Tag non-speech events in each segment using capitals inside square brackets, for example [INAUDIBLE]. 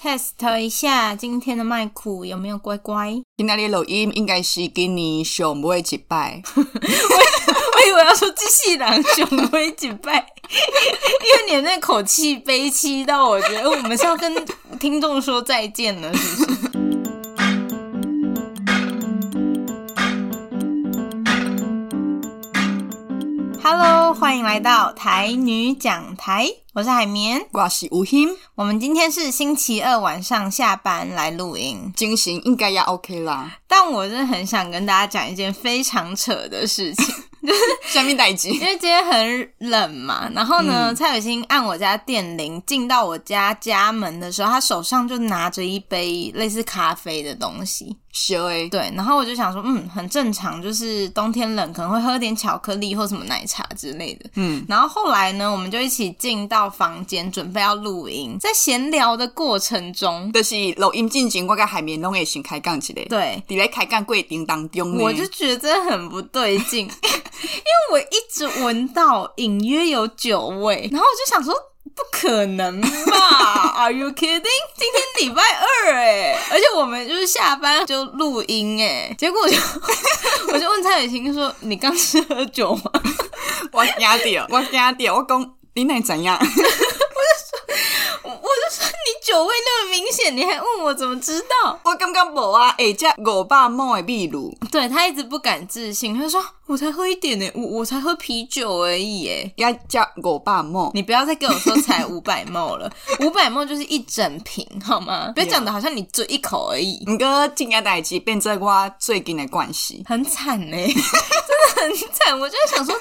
test 一下今天的麦苦有没有乖乖？今天的录音应该是今年上尾一摆， [LAUGHS] 我以为要说机器人熊威几拜， [LAUGHS] 因为你的那口气悲戚到我觉得我们是要跟听众说再见了，是不是？Hello，欢迎来到台女讲台，我是海绵。我是有心，我们今天是星期二晚上下班来录音，精神应该也 OK 啦。但我真的很想跟大家讲一件非常扯的事情。下面代志因，为今天很冷嘛，然后呢，蔡雨欣按我家电铃进到我家家门的时候，她手上就拿着一杯类似咖啡的东西，小诶，对，然后我就想说，嗯，很正常，就是冬天冷可能会喝点巧克力或什么奶茶之类的，嗯，然后后来呢，我们就一起进到房间准备要录音，在闲聊的过程中，就是录音进前，我甲海绵拢会先开讲一下。伫对，咧开讲过程当中呢，我就觉得很不对劲， [LAUGHS] 因为我一直闻到隐约有酒味，然后我就想说。不可能吧？Are you kidding？今天礼拜二哎，而且我们就是下班就录音哎，结果我就 [LAUGHS] 我就问蔡雨晴说：“你刚是喝酒吗？” [LAUGHS] 我惊着，我惊着，我讲你哪会怎样？我我就说你酒味那么明显，你还问我怎么知道？ [LAUGHS] 我感觉无啊，会只五百毛的秘鲁，对他一直不敢置信，他说：“我才喝一点哎，我我才喝啤酒而已哎。”也只五百毛。你不要再跟我说才五百沫了，五百沫就是一整瓶，好吗？不要讲的好像你只一口而已，毋过真件代志变做我最近的关系，很惨 [LAUGHS] 呢、真的很惨。我就在想说，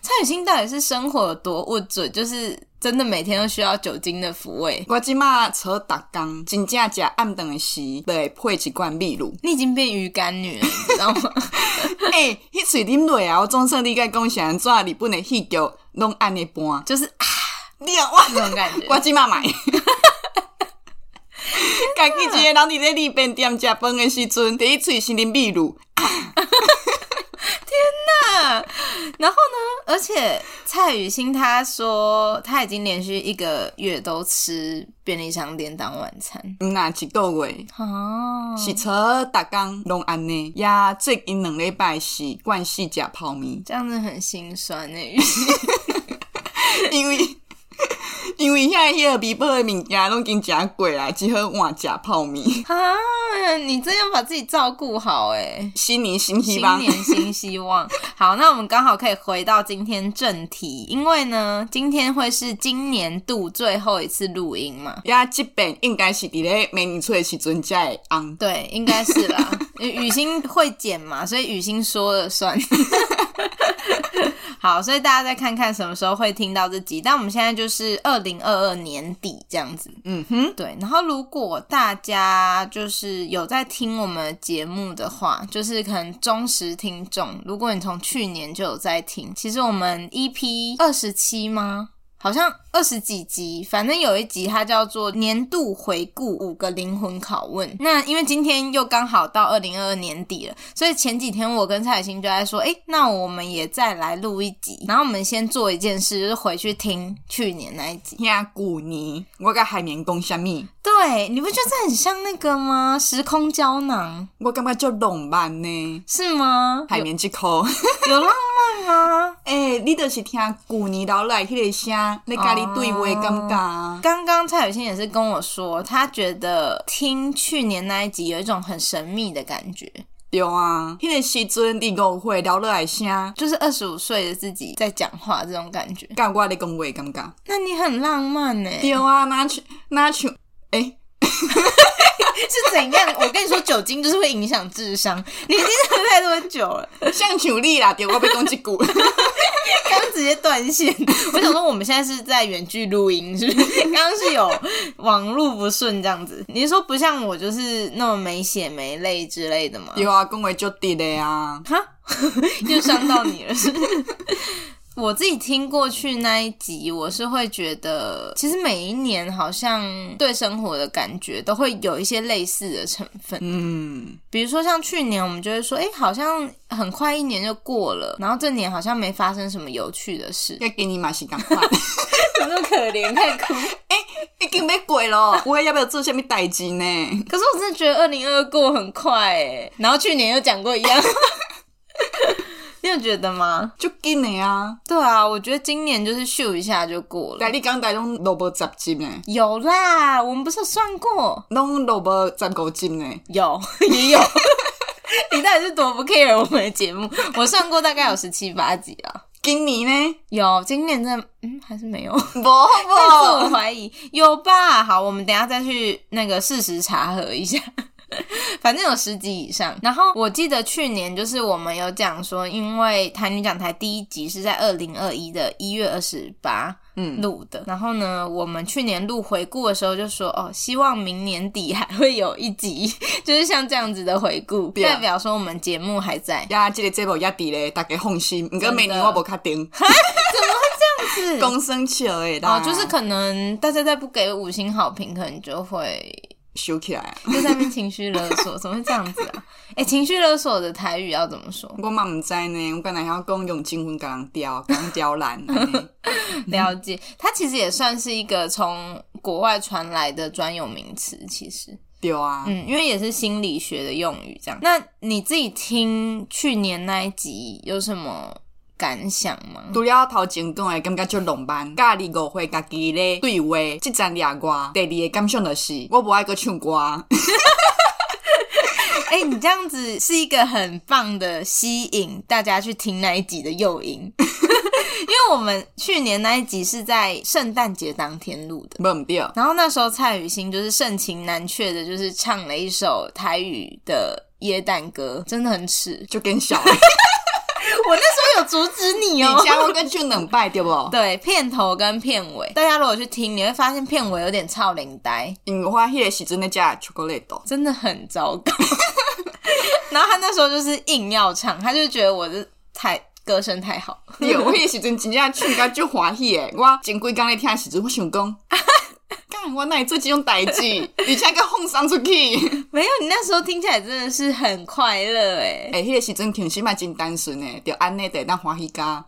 蔡雨欣到底是生活有多物质，就是真的每天都需要酒精的抚慰。我即马坐逐工，真正食暗顿的时，就会配一罐秘鲁。你已经变鱼干女了，你知道吗？ [LAUGHS] [LAUGHS] 诶、迄欸喙啉落啊，我总算理解讲是安怎日本的戏剧拢安尼搬。就是啊你啊，我那种感觉。我即马买。 [LAUGHS] 家己一个人伫咧日本店食饭的时阵，第一喙先啉秘鲁，然后呢，而且蔡雨欣她说，她已经连续一个月都吃便利商店当晚餐。毋若一个月。哦，是坐逐工拢安尼，也最近两礼拜是惯系食泡面，这样子很心酸呢、欸因为 [LAUGHS] 因为遐迄个美宝的物件拢已经食过啦，只好换食泡面。啊，你真要把自己照顾好哎。新年新希新望，年新希望， [LAUGHS] 好，那我们刚好可以回到今天正题，因为呢，今天会是今年度最后一次录音嘛？呀，即边应该是伫咧明年初的时阵才会红。对，应该是啦。 [LAUGHS] 因为雨欣会剪嘛，所以雨欣说了 [LAUGHS] 算。好，所以大家再看看什么时候会听到这集。但我们现在就是二零二二年底这样子，嗯哼，对，然后如果大家就是有在听我们节目的话，就是可能忠实听众，如果你从去年就有在听，其实我们 EP 二十七吗？好像二十几集，反正有一集它叫做年度回顾五个灵魂拷问。那因为今天又刚好到二零二二年底了，所以前几天我跟蔡雨欣就在说，诶，那我们也再来录一集，然后我们先做一件事，就是回去听去年那一集。遐旧年我甲海绵讲啥物，对，你不觉得这很像那个吗？时空胶囊我感觉足浪漫呢。是吗？海绵即箍，有有浪漫吗？ [LAUGHS] [LAUGHS] 诶、你著是听旧年留来迄个声，咧甲你对话的感觉啊。刚刚蔡雨欣也是跟我说，她觉得听去年那一集有一种很神秘的感觉，对啊，迄、个时阵你误会留落来的声，就是二十五岁的自己在讲话这种感觉。甲我咧讲话的感觉。那你很浪漫欸呢、对啊，哪像哪像，诶、是怎样？我跟你说，酒精就是会影响智商。你已经喝太多酒了，像像你啦，对，我要讲即 [LAUGHS] 句。刚直接断线。我想说，我们现在是在远距录音，是不是？刚刚是有网路不顺这样子。你是说不像我，就是那么没血没泪之类 [LAUGHS] 的吗？对啊，讲话足直的啊。哈，又伤到你了，是不是？我自己听过去那一集，我是会觉得，其实每一年好像对生活的感觉都会有一些类似的成分。嗯，比如说像去年，我们就会说，哎、好像很快一年就过了，然后这年好像没发生什么有趣的事，要给你马西赶快， [LAUGHS] 怎么可怜太 [LAUGHS] 哭？欸已经被鬼了，我啊要不要做下面代金呢？可是我真的觉得二零二过很快哎、然后去年又讲过一样， [LAUGHS] 你有觉得吗？就紧的啊！对啊，我觉得今年就是咻一下就过但了。你讲台拢萝卜十斤呢，有啦，我们不是有算过？拢萝卜十五斤呢。有 [LAUGHS] 也有。你到底是多不 care 我们的节目？我上过大概有十七八集啊。今年呢？有，今年真的，嗯，还是没有，无哦自我无，怀疑有吧？好，我们等一下再去那个事实查核一下。反正有十集以上，然后我记得去年就是我们有讲说，因为台女讲台第一集是在二零二一的一月二十八嗯录的，然后呢，我们去年录回顾的时候就说，哦，希望明年底还会有一集， [LAUGHS] 就是像这样子的回顾，对啊。代表说我们节目还在呀，这个节目也伫咧，大家放心。毋过真的明年我无确定，是讲生笑诶啦，哦，就是可能大家再不给五星好评，可能就会收起来。就在那边情绪勒索，怎么会这样子啊？哎、情绪勒索的台语要怎么说？我嘛毋知呢，我敢若晓讲用金婚甲人刁，甲人刁难。[LAUGHS] 安尼了解，它其实也算是一个从国外传来的专有名词，其实，对啊，嗯，因为也是心理学的用语这样。那你自己听去年那一集有什么感想吗？除了头前讲诶，感觉足浪漫，家己误会家己咧对话，即站掠我。第二个感想就是，我无爱个唱歌。啊哎、你这样子是一个很棒的吸引大家去听那一集的诱因， [LAUGHS] 因为我们去年那一集是在圣诞节当天录的。 [LAUGHS] 无毋对，然后那时候蔡雨欣就是盛情难却的，就是唱了一首台语的椰蛋歌，真的很 [LAUGHS] 耻。就更小。我那时候有阻止你你哦。加我跟唱两摆对无？对，片头跟片尾，大家如果去听，你会发现片尾有点超龄呆，因为我迄个时阵咧食 chocolate，真的很糟糕。 [LAUGHS] 然后他那时候就是硬要唱，他就觉得我的太歌声太好，对，我迄个时阵真正唱甲足欢喜诶。我前几工咧听诶时阵，我想讲， [LAUGHS] 干我哪会做即种代志，而且甲放送出去。没有你那时候听起来真的是很快乐哎。诶、迄个时阵情绪嘛真单纯诶，就安尼就会当欢喜甲。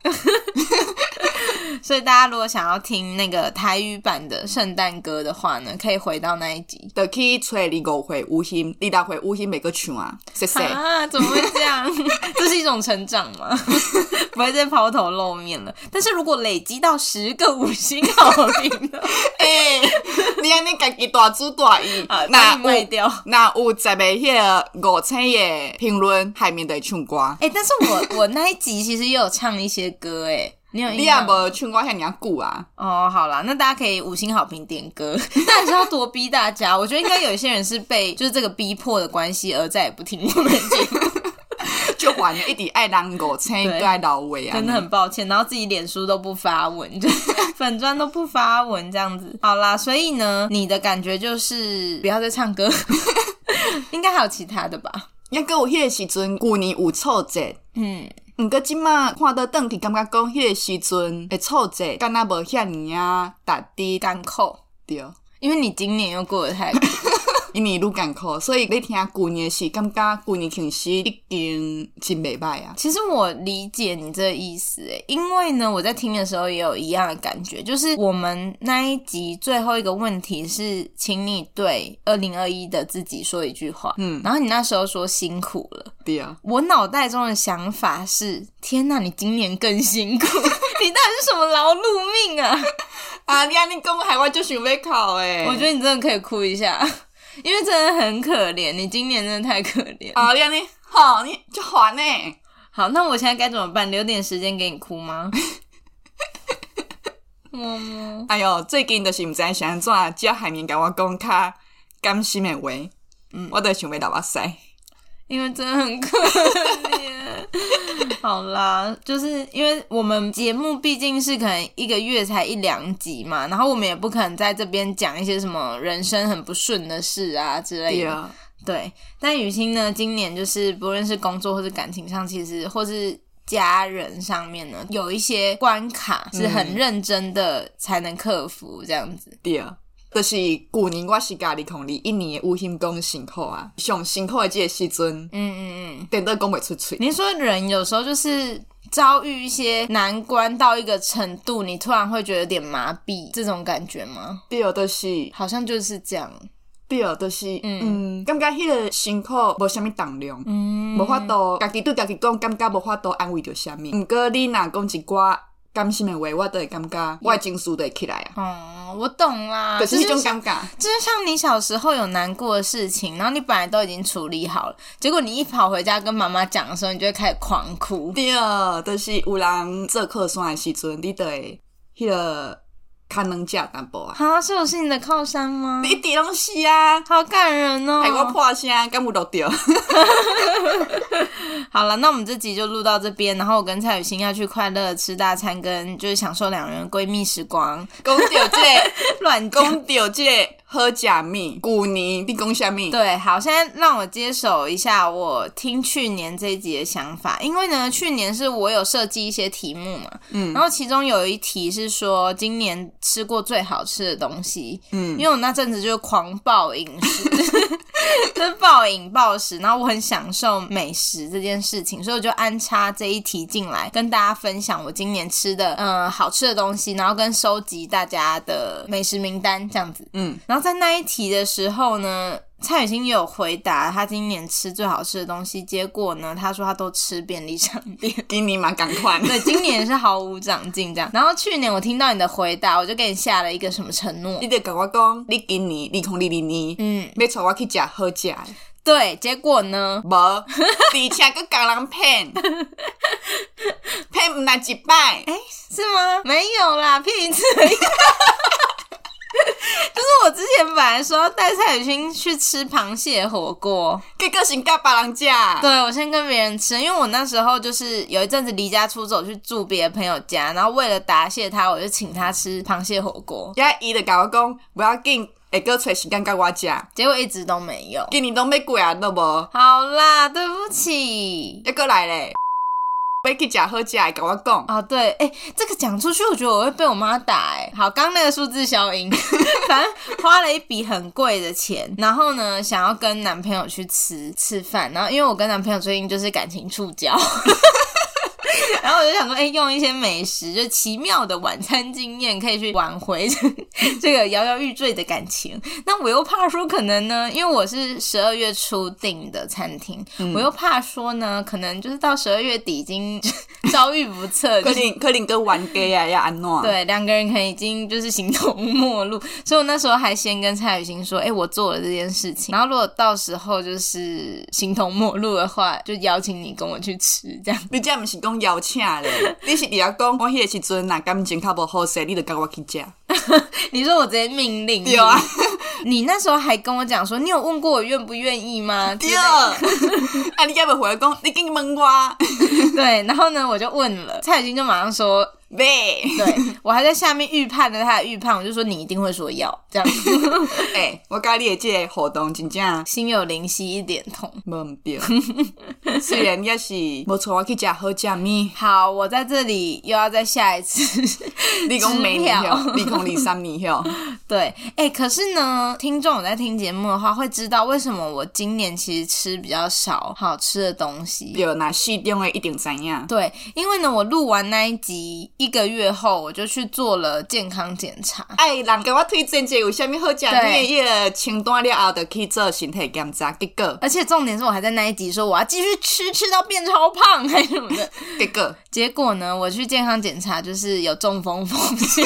所以大家如果想要听那个台语版的圣诞歌的话呢，可以回到那一集。就去找二五岁有心，二六岁有心袂个唱啊，谢谢。啊，怎么会这样？ [LAUGHS] 这是一种成长 [LAUGHS] 吗？不会再抛头露面了。但是如果累积到十个五星好评 [LAUGHS] 呢，诶、 [LAUGHS] 你安尼家己大主大意 [LAUGHS] 啊，，那那卖有掉。那有十个迄个五星诶评论，下面就会唱歌。哎、但是我我那一集其实也有唱一些歌、哎，你有你印 [LAUGHS] 也象吗？无唱歌遐尔久啊， [LAUGHS] 哦，好啦，那大家可以五星好评点歌， [LAUGHS] 但还是要多逼大家。我觉得应该有一些人是被就是这个逼迫的关系而再也不听我们的节目，就还一直爱人五星，对都爱老话啊真。的很抱歉。然后自己脸书都不发文，就 [LAUGHS] 粉砖都不发文这样子。好啦，所以呢，你的感觉就是不要再唱歌， [LAUGHS] 应该还有其他的吧？抑个有迄个时阵，旧年有挫折。嗯，毋过即马看到转去，感觉讲迄个时阵会挫折，敢若无遐尔啊，值得干扣，着。因为你今年又过得太苦，因为愈艰苦，所以你听旧年是感觉旧年其实已经真袂歹啊。 [LAUGHS] 其实我理解你这个意思，诶，因为呢，我在听的时候也有一样的感觉，就是我们那一集最后一个问题是，请你对二零二一的自己说一句话，嗯，然后你那时候说辛苦了。对啊，我脑袋中的想法是：天哪，你今年更辛苦， [LAUGHS] 你到底是什么劳碌命啊？啊，你安尼讲，害我就想要哭诶。我觉得你真的可以哭一下，因为真的很可怜，你今年真的太可怜。啊，你安尼好，你就还呢。好，那我现在该怎么办？留点时间给你哭吗？么么，哎哟，最近就是毋知是安怎，只要海绵甲我讲较甘心诶话，嗯，我就想要流目屎。因为真的很可怜。 [LAUGHS] 好啦，就是因为我们节目毕竟是可能一个月才一两集嘛，然后我们也不可能在这边讲一些什么人生很不顺的事啊之类对的。啊，对，但雨欣呢，今年就是不论是工作或是感情上，其实或是家人上面呢，有一些关卡是很认真的才能克服这样子。对啊，就是旧年我是家己控你一年的有薪工辛苦啊，上辛苦的这个时阵，嗯嗯嗯，电都讲袂出嘴。您说人有时候就是。遭遇一些难关到一个程度，你突然会觉得有点麻痹，这种感觉吗？对啊，就是好像就是这样。对啊，就是嗯感觉迄个辛苦无啥物重量，嗯，无法度家己对家己讲，感觉无法度安慰着啥物。毋过你若讲一寡感性的话，我都会感嗯觉我的情绪就会起来啊，哦，我懂啦。就是迄就种是感觉。就是像你小时候有难过的事情，然后你本来都已经处理好了，结果你一跑回家跟妈妈讲的时候，你就会开始狂哭。对，啊就是有人做靠山的时阵，你就会迄个较能食淡薄啊。啊，所以我是你的靠山吗？一直拢是啊，好感人哦！害我破声，敢有录 [LAUGHS] 着？好了，那我们这集就录到这边，然后我跟蔡雨欣要去快乐吃大餐，跟就是享受两人闺蜜时光。 [LAUGHS] 讲着这乱个，讲。 [LAUGHS] 讲着这个好食物，旧年你讲啥物？对，好，现在让我接手一下我听去年这一集的想法，因为呢，去年是我有设计一些题目嘛，嗯然后其中有一题是说今年吃过最好吃的东西，嗯因为我那阵子就是狂暴饮食， [LAUGHS] 就是暴饮暴食，然后我很享受美食这件事情，所以我就安插这一题进来跟大家分享我今年吃的嗯、呃好吃的东西，然后跟收集大家的美食名单这样子。嗯，然后在那一题的时候呢，蔡雨欣也有回答她今年吃最好吃的东西，结果呢，她说她都吃便利商 [LAUGHS] 店。今年嘛共款。对，今年是毫无长进这样。然后去年我听到你的回答，我就给你下了一个什么承诺你？得甲我讲，你今年二零二零年，嗯，要带我去食好食的，对。结果呢？无， [LAUGHS] 而且佫共人骗，骗毋但一摆，是吗？没有啦，骗一次而已。 [LAUGHS] 就是我之前本来说要带蔡雨欣去吃螃蟹火锅，结果先甲别人食。对，我先跟别人吃，因为我那时候就是有一阵子离家出走去住别的朋友家，然后为了答谢他，我就请他吃螃蟹火锅，也伊就甲我讲，不要紧，会佫找时间甲我食。结果一直都没有。今年拢要过啊，都无，好啦，对不起。还佫来咧，要去食好食的，甲我讲。哦，对，哎、这个讲出去，我觉得我会被我妈打、哎，好，刚刚那个数字消音， [LAUGHS] 反正花了一笔很贵的钱，然后呢，想要跟男朋友去吃吃饭，然后因为我跟男朋友最近就是感情触礁。然后我就想说，哎、用一些美食，就奇妙的晚餐经验，可以去挽回这 [LAUGHS] 这个摇摇欲坠的感情。那我又怕说，可能呢，因为我是十二月初订的餐厅，嗯我又怕说呢，可能就是到十二月底已经 [LAUGHS] 遭遇不测，就可是能可能佫冤家啊，要安怎？对，两个人可能已经就是形同陌路，所以我那时候还先跟蔡雨欣说，哎、我做了这件事情，然后如果到时候就是形同陌路的话，就邀请你跟我去吃，这样你这毋是讲邀请咧，你是伫遐讲，我迄个时阵若感情较无好势，你就甲我去食。你说我直接命令你对啊，你那时候还跟我讲说，你有问过我愿不愿意吗？之类 [LAUGHS] 对，的 [LAUGHS] 啊，你敢袂回来讲，你紧问我， [LAUGHS] 对，然后呢，我就问了，蔡雨欣就马上说，喂，对我还在下面预判了他的预判，我就说你一定会说要，这样诶、我甲你的即个活动真正心有灵犀一点通。无毋 [LAUGHS] 对，虽然也是无带我去食好食 [LAUGHS] 物，好，我在这里又要再下一次。 [LAUGHS] 你讲明年支吼，你讲二三年 [LAUGHS] 吼，对，哎、可是呢，听众有在听节目的话，会知道为什么我今年其实吃比较少好吃的东西。对，若四中诶一定知影。对，因为呢，我录完那一集一个月后，我就去做了健康检查。哎，人甲我推荐者有啥物好食，你对的迄个清单了后，就去做身体检查，结果而且重点是我还在那一集说我要继续吃，吃到变超胖还是什么的。结 [LAUGHS] 果结果呢，我去健康检查就是有中风风险，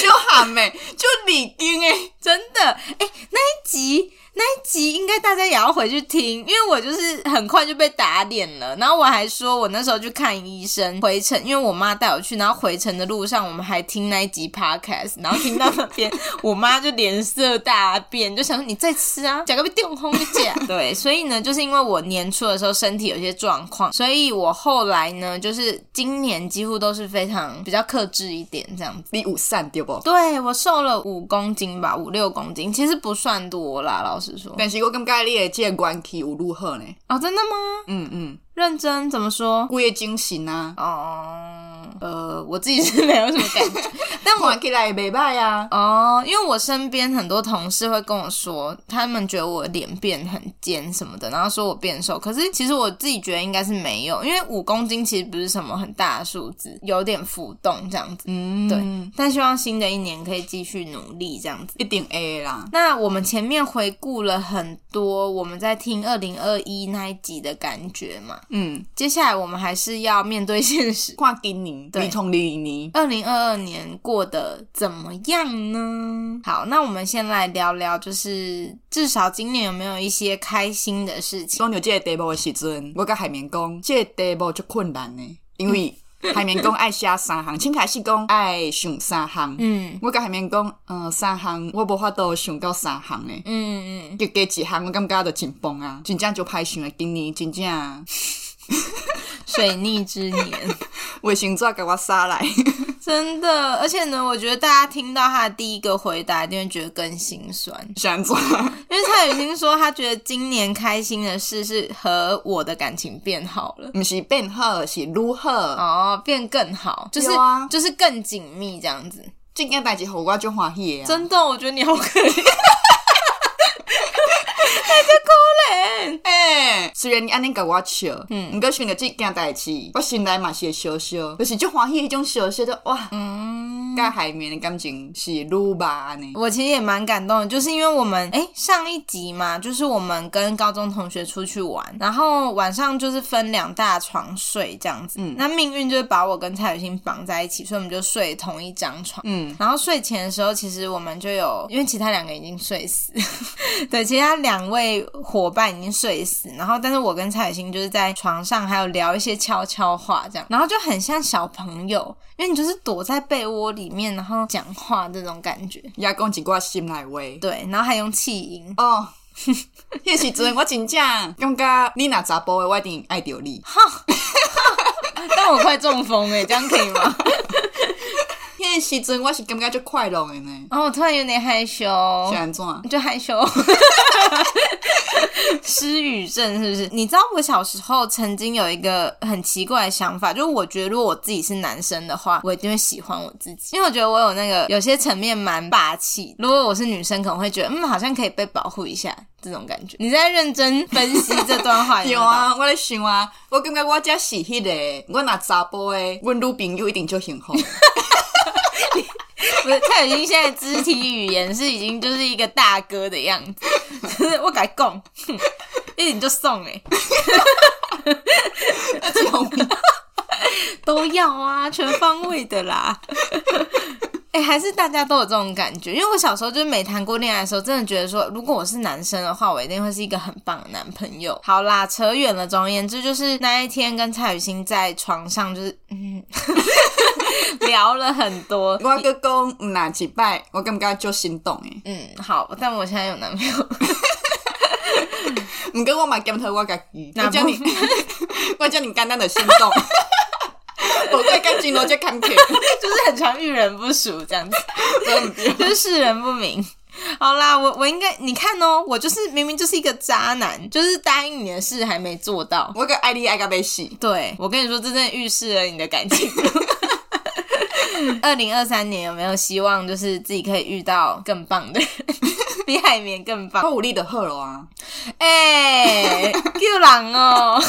就喊诶，就离经诶，真的。哎、那一集那一集应该大家也要回去听，因为我就是很快就被打脸了。然后我还说我那时候去看医生，回程因为我妈带我去，然后回程的路上我们还听那一集 podcast，然后听到那边我妈就脸色大变，就想说你再吃啊，假个被电轰一假。 [LAUGHS] 对，所以呢，就是因为我年初的时候身体有些状况，所以我后来呢，就是今年几乎都是非常比较克制一点这样子。你有瘦对无？对我瘦了五公斤吧，五六公斤，其实不算多啦，老实说。但是我感觉你的这个关系有如何呢？哦，真的吗？嗯嗯，认真怎么说？规个精神啊，哦，呃，我自己是没有什么感觉， [LAUGHS] 但我看起来也袂歹啊。哦，因为我身边很多同事会跟我说，他们觉得我脸变很尖什么的，然后说我变瘦。可是其实我自己觉得应该是没有，因为五公斤其实不是什么很大的数字，有点浮动这样子。嗯，对，但希望新的一年可以继续努力这样子。一定会啦。那我们前面回顾了很多我们在听二零二一那一集的感觉嘛，嗯，接下来我们还是要面对现实。看今年，对二零二零年，二零二二年过得怎么样呢？好，那我们先来聊聊，就是至少今年有没有一些开心的事情？讲到这个题目的时阵，我甲海绵讲，这个题目足困难呢，因为嗯 [LAUGHS] 海绵讲爱写三项，先开始讲爱想三项。嗯我甲海绵讲，呃，三项我无法度想到三项呢。嗯嗯，就加一项，我感觉就真崩啊，真正就歹想的今年真正水逆之年， [LAUGHS] 卫生纸甲我杀来。真的。而且呢，我觉得大家听到他的第一个回答，一定会觉得更心酸，是安怎样？ [LAUGHS] [LAUGHS] 因为蔡雨欣说，她觉得今年开心的事是和我的感情变好了。毋是变好，是如何？哦，变更好，就是、有啊就是更紧密这样子。即件代志，互我就欢喜的啊！真的，我觉得你好可怜。诶、 [LAUGHS] 虽然你安尼甲我笑，嗯，毋过想着即件代志，我心内嘛是会小小，就是足欢喜迄种小小的哇，嗯，甲海绵的感情是愈吧安尼。我其实也蛮感动的，就是因为我们哎上一集嘛，就是我们跟高中同学出去玩，然后晚上就是分两大床睡这样子。嗯那命运就是把我跟蔡雨欣绑在一起，所以我们就睡同一张床。嗯，然后睡前的时候，其实我们就有，因为其他两个已经睡死， [LAUGHS] 对，其他两位伙伴已经睡死。然后，但是我跟蔡雨欣就是在床上还有聊一些悄悄话，这样，然后就很像小朋友，因为你就是躲在被窝里面，然后讲话这种感觉。也讲一寡心内话。对，然后还用气音， [LAUGHS] 哦， [LAUGHS] 迄时阵我真正感觉你若查甫的，我一定爱着你。但我快中风 [LAUGHS] 哎、欸，这样可以吗？ [LAUGHS] 迄时阵我是感觉足快乐的呢。然后我突然有点害羞，是安怎样？就害羞。 [LAUGHS] 失语症是不是？你知道我小时候曾经有一个很奇怪的想法，就是我觉得如果我自己是男生的话，我一定会喜欢我自己，因为我觉得我有那个有些层面蛮霸气。如果我是女生，可能会觉得嗯，好像可以被保护一下这种感觉。你在认真分析这段话有没对有啊，我咧想啊，我感觉我才是迄、个，我若查甫的，阮女朋友一定就 [LAUGHS] 幸福。不是，蔡雨欣现在肢体语言是已经就是一个大哥的样子，就是我改供，哼一点就送哎、这种 [LAUGHS] 都要啊，全方位的啦。哎、还是大家都有这种感觉，因为我小时候就是没谈过恋爱的时候，真的觉得说，如果我是男生的话，我一定会是一个很棒的男朋友。好啦，扯远了。总而言之，就是那一天跟蔡雨欣在床上，就是嗯， [LAUGHS] 聊了很多。我个讲若一摆，我感觉足心动诶。嗯，好，但我现在有男朋友。 [LAUGHS] 毋过我嘛检讨我家己，哪我遮部尔我遮尔简单的心动，无怪感情逻辑坎坷。就是很常遇人不淑这样子，就是世人不明。好啦，我我应该你看哦，我就是明明就是一个渣男，就是答应你的事还没做到。我个爱你爱到要死。对我跟你说，这真的预示了你的感情。 [LAUGHS] 二零二三年有没有希望，就是自己可以遇到更棒的人， [LAUGHS] 比海绵更棒我？有你就好咯啊！哎、 [LAUGHS] 救人哦！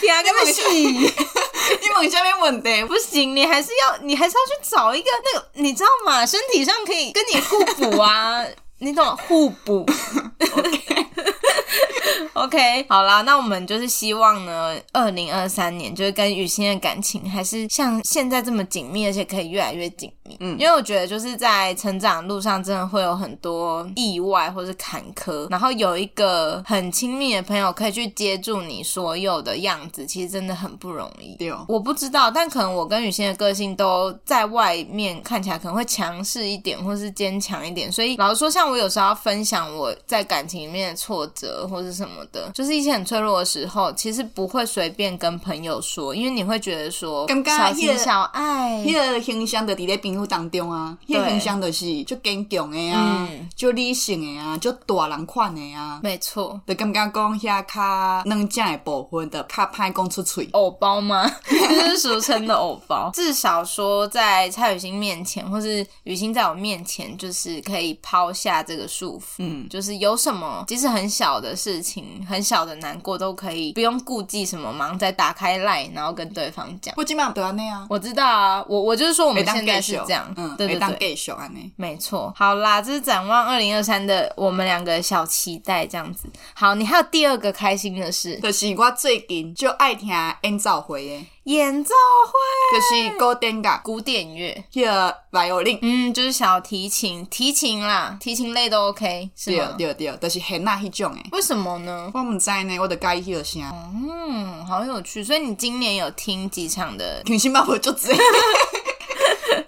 听个要死！你问啥物问题？不行，你还是要，你还是要去找一个那个，你知道吗？身体上可以跟你互补啊，你懂吗互补。OK，好啦，那我们就是希望呢，二零二三年就是跟雨欣的感情还是像现在这么紧密，而且可以越来越紧密。嗯，因为我觉得就是在成长路上，真的会有很多意外或是坎坷，然后有一个很亲密的朋友可以去接住你所有的样子，其实真的很不容易。对我不知道，但可能我跟雨欣的个性都在外面看起来可能会强势一点，或是坚强一点。所以老实说，像我有时候要分享我在感情里面的挫折或是什么的，就是一些很脆弱的时候，其实不会随便跟朋友说，因为你会觉得说感觉小那情个小爱。迄个形象就伫咧朋友当中啊，迄对个形象就是足坚强的啊嗯，足、理性的啊，足大人款的啊。没错，就感觉讲遐较软正的部分，就较歹讲出嘴。偶包吗？ [LAUGHS] 这是俗称的偶包。至少说，在蔡雨欣面前，或是雨欣在我面前，就是可以抛下这个束缚。嗯，就是有什么，即使很小的事情、很小的难过，都可以不用顾忌什么，忙再打开 line，然后跟对方讲。我即满就安尼啊，我知道啊，我我就是说我会们当现在继是续这样，嗯，对会对当对，继续安尼。没错。好啦，这是展望二零二三的我们两个小期待，这样子。好，你还有第二个开心的事，就是我最近就爱听演奏会的，演奏会、就是古典乐，古典乐，迄个 violin，嗯，就是小提琴、提琴啦，提琴类都 OK，是对啊吗？对对，就是弦仔迄种的。为什么呢？我毋知呢，我就介意迄个声。嗯，好有趣。所以你今年有听几场的？其实嘛无足济， [LAUGHS]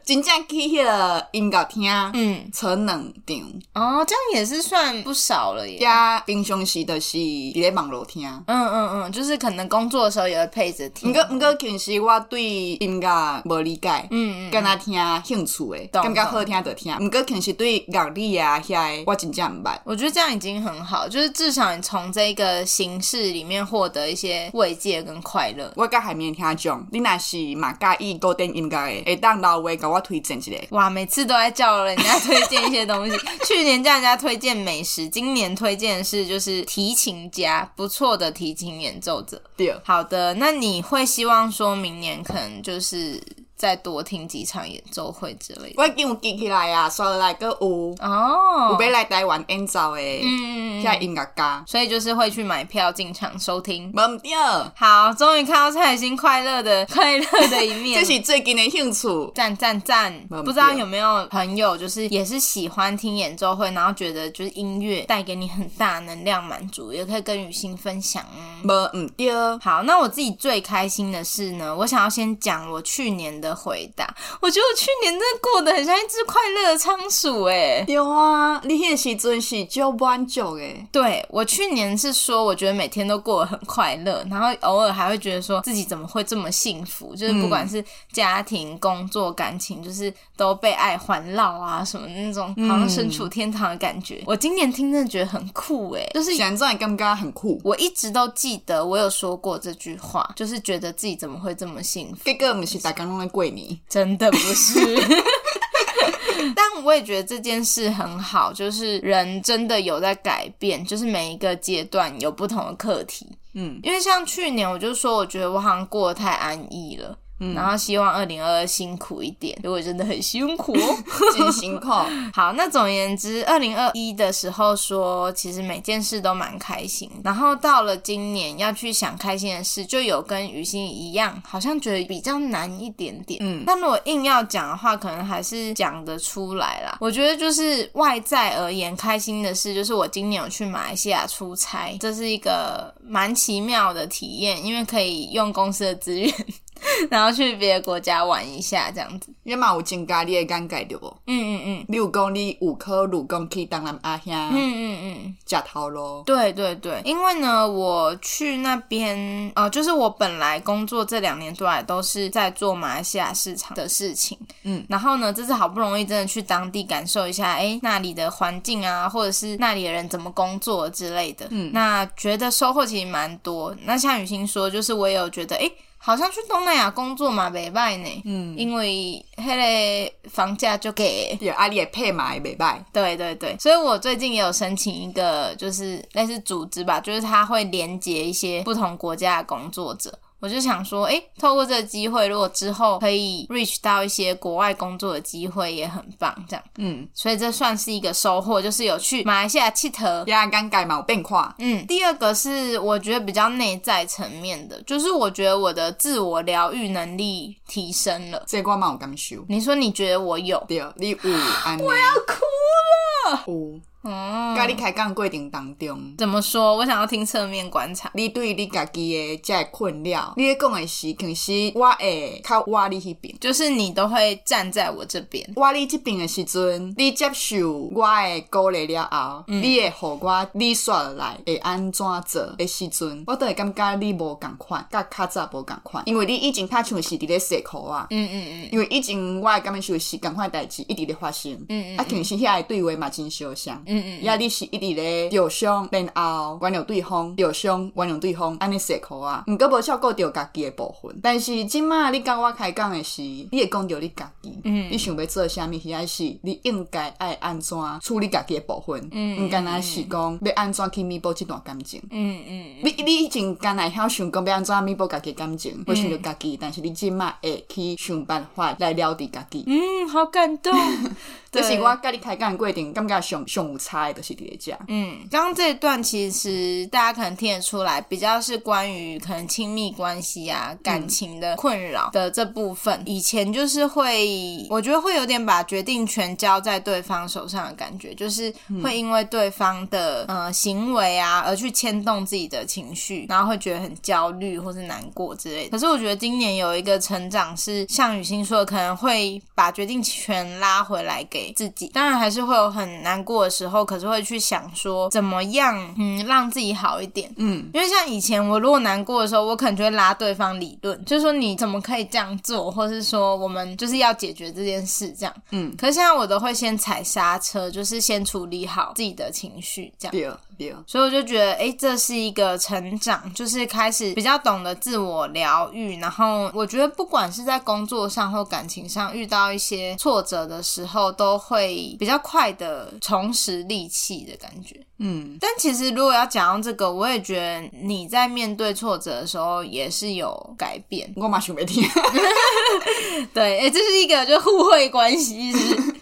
真正去迄个音乐厅，嗯，存两场，哦，这样也是算不少了耶。加平常时就是伫咧网络听。嗯嗯嗯，就是可能工作的时候也会配着听。毋过毋过，其实我对音乐无理解，嗯嗯，干那听兴趣诶，懂感觉好听就听。毋过，其实对乐理啊遐的，我真正毋捌。我觉得这样已经很好，就是至少你从这个形式里面获得一些慰藉跟快乐。我甲海绵听种，你若是嘛介意古典音乐诶，会当老话甲我推荐一个。哇，每次都在叫人家推荐一些东西。去年叫人家推荐美食，今年推荐的是就是提琴家，不错的提琴演奏者。对，好的，那你会希望说明年可能就是再多听几场演奏会之类的我已经有记起来啊，刷落来阁有哦。有要来台湾演奏诶，嗯，嗯嗯遐音乐家，所以就是会去买票进场收听。无毋对，好，终于看到蔡雨欣快乐的快乐的一面 [LAUGHS] 这。是最近诶兴趣。赞赞赞！蛮不错不知道有没有朋友，就是也是喜欢听演奏会，然后觉得就是音乐带给你很大能量满足，也可以跟雨欣分享哦。无毋对，好，那我自己最开心的事呢，我想要先讲我去年的回答。我觉得我去年真的过得很像一只快乐的仓鼠欸诶、对啊，你迄个时阵是足满足诶。对我去年是说，我觉得每天都过得很快乐，然后偶尔还会觉得说自己怎么会这么幸福，就是不管是家庭、工作、感情，就是都被爱环绕啊，什么那种好像身处天堂的感觉。我今年听真的觉得很酷诶、就是现在感觉很酷，我一直都记得我有说过这句话，就是觉得自己怎么会这么幸福，结果毋是逐工拢咧过年。真的不是。 [LAUGHS] 但我也觉得这件事很好，就是人真的有在改变，就是每一个阶段有不同的课题。嗯，因为像去年我就说，我觉得我好像过得太安逸了，然后希望二零二二辛苦一点，结果真的很辛苦哦。真辛苦。好，那总而言之，二零二一的时候说，其实每件事都蛮开心，然后到了今年要去想开心的事，就有跟于心一样，好像觉得比较难一点点。嗯但如果硬要讲的话，可能还是讲得出来啦。我觉得就是外在而言，开心的事就是我今年有去马来西亚出差，这是一个蛮奇妙的体验，因为可以用公司的资源， [LAUGHS] 然后去别的国家玩一下，这样子。你嘛有增加你的眼界对无？嗯嗯嗯你有讲你有考虑讲去东南亚遐嗯嗯嗯。食头路，对对对，因为呢，我去那边，呃，就是我本来工作这两年多来都是在做马来西亚市场的事情，嗯，然后呢，这次好不容易真的去当地感受一下，哎，那里的环境啊，或者是那里的人怎么工作之类的，嗯那觉得收获其实蛮多。那像雨欣说，就是我也有觉得，哎，好像去东南亚工作嘛，袂歹呢，嗯，因为迄个房价就给。对，啊，你的配嘛会袂歹。对对对，所以我最近也有申请一个，就是类似组织吧，就是它会连接一些不同国家的工作者。我就想说，诶，透过这个机会，如果之后可以 reach 到一些国外工作的机会，也很棒。这样，嗯，所以这算是一个收获，就是有去马来西亚气头。遐眼界嘛有变化。嗯，第二个是我觉得比较内在层面的，就是我觉得我的自我疗愈能力提升了。这我嘛有感受。你说你觉得我有？对，你有安尼。我要哭了。有，哦，甲你开讲过程当中，怎么说？我想要听侧面观察。你对你家己的遮个困扰，你咧讲的是，可能是我会较我你迄边。就是你都会站在我这边，我你即边的时阵，你接受我的鼓励了后，你会互我你续落来会安怎做的时阵，我都会感觉你无共款，甲较早无共款，因为你以前拍像是伫咧洗裤啊。嗯嗯嗯，因为以前我的感觉就是共款代志一直咧发生，嗯嗯啊，可能是遐个对话嘛真相像，嗯嗯嗯呀，你是一直咧受伤，然后原谅对方，受伤原谅对方，安尼辛苦啊，毋过无照顾着家己的部分。但是即马你甲我开讲的是，你会讲着你家己，嗯你想要做啥物，遐是你应该爱安怎处理家己的部分，毋敢若是讲要安怎去弥补即段感情。嗯嗯，你你以前敢若会晓想讲要安怎弥补家己的感情，无想着家己，但是你即马会去想办法来了解家己。嗯，好感 [LAUGHS] 动。这是对我甲你开讲的过程，感觉上上有差的，就是伫咧遮。嗯，刚刚这一段其实大家可能听得出来，比较是关于可能亲密关系啊、感情的困扰的这部分。以前就是会，我觉得会有点把决定权交在对方手上的感觉，就是会因为对方的呃行为啊而去牵动自己的情绪，然后会觉得很焦虑或是难过之类的。可是我觉得今年有一个成长是，像雨欣说的，可能会把决定权拉回来给自己。当然还是会有很难过的时候，可是会去想说怎么样，嗯，让自己好一点。嗯，因为像以前我如果难过的时候，我可能就会拉对方理论，就是说你怎么可以这样做，或是说我们就是要解决这件事这样。嗯，可是现在我都会先踩刹车，就是先处理好自己的情绪这样。对对，所以我就觉得，诶，这是一个成长，就是开始比较懂得自我疗愈。然后我觉得，不管是在工作上或感情上遇到一些挫折的时候，都会比较快的重拾力气的感觉。嗯但其实如果要讲到这个，我也觉得你在面对挫折的时候也是有改变。我嘛想袂听。对，哎、这是一个就互惠关系，是不是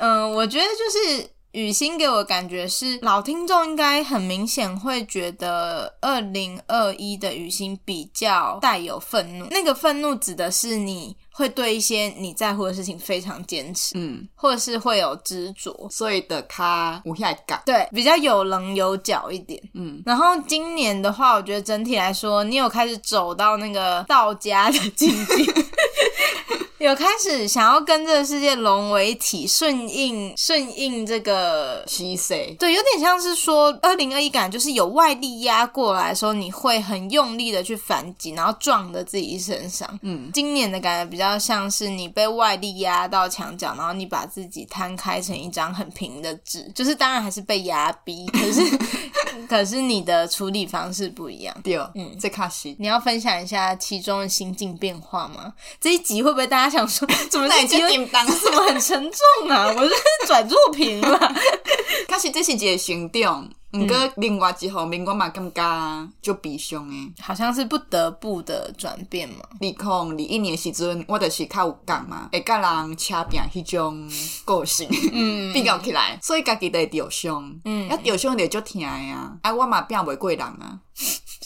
[LAUGHS] 嗯，我觉得就是雨欣给我的感觉是，老听众应该很明显会觉得二零二一的雨欣比较带有愤怒，那个愤怒指的是你会对一些你在乎的事情非常坚持，嗯，或者是会有执着， [LAUGHS] 所以的卡有遐感。对，比较有棱有角一点。嗯，然后今年的话，我觉得整体来说，你有开始走到那个道家的境界， [LAUGHS] 有开始想要跟这个世界融为一体，顺应顺应这个。是势。对，有点像是说，二零二一感就是有外力压过来的时候，你会很用力的去反击，然后撞在自己身上。嗯今年的感觉比较像是你被外力压到墙角，然后你把自己摊开成一张很平的纸，就是当然还是被压 [LAUGHS] 逼，可是可是你的处理方式不一样。对，嗯，这卡是。你要分享一下其中的心境变化吗？这一集会不会大家想 [LAUGHS] 说，怎么这那一你集就会叮当， [LAUGHS] 怎么很沉重啊？我是转作品了。确实这是一个成长。毋过嗯另外一方面，我嘛感觉就悲伤诶。好像是不得不的转变嘛。二零二一年的时阵，我就是较有讲嘛，会甲人车拼迄种个性，嗯， [LAUGHS] 比较起来，所以家己就会受伤，嗯，啊，受伤就足疼的啊，啊，我嘛拼袂过人啊，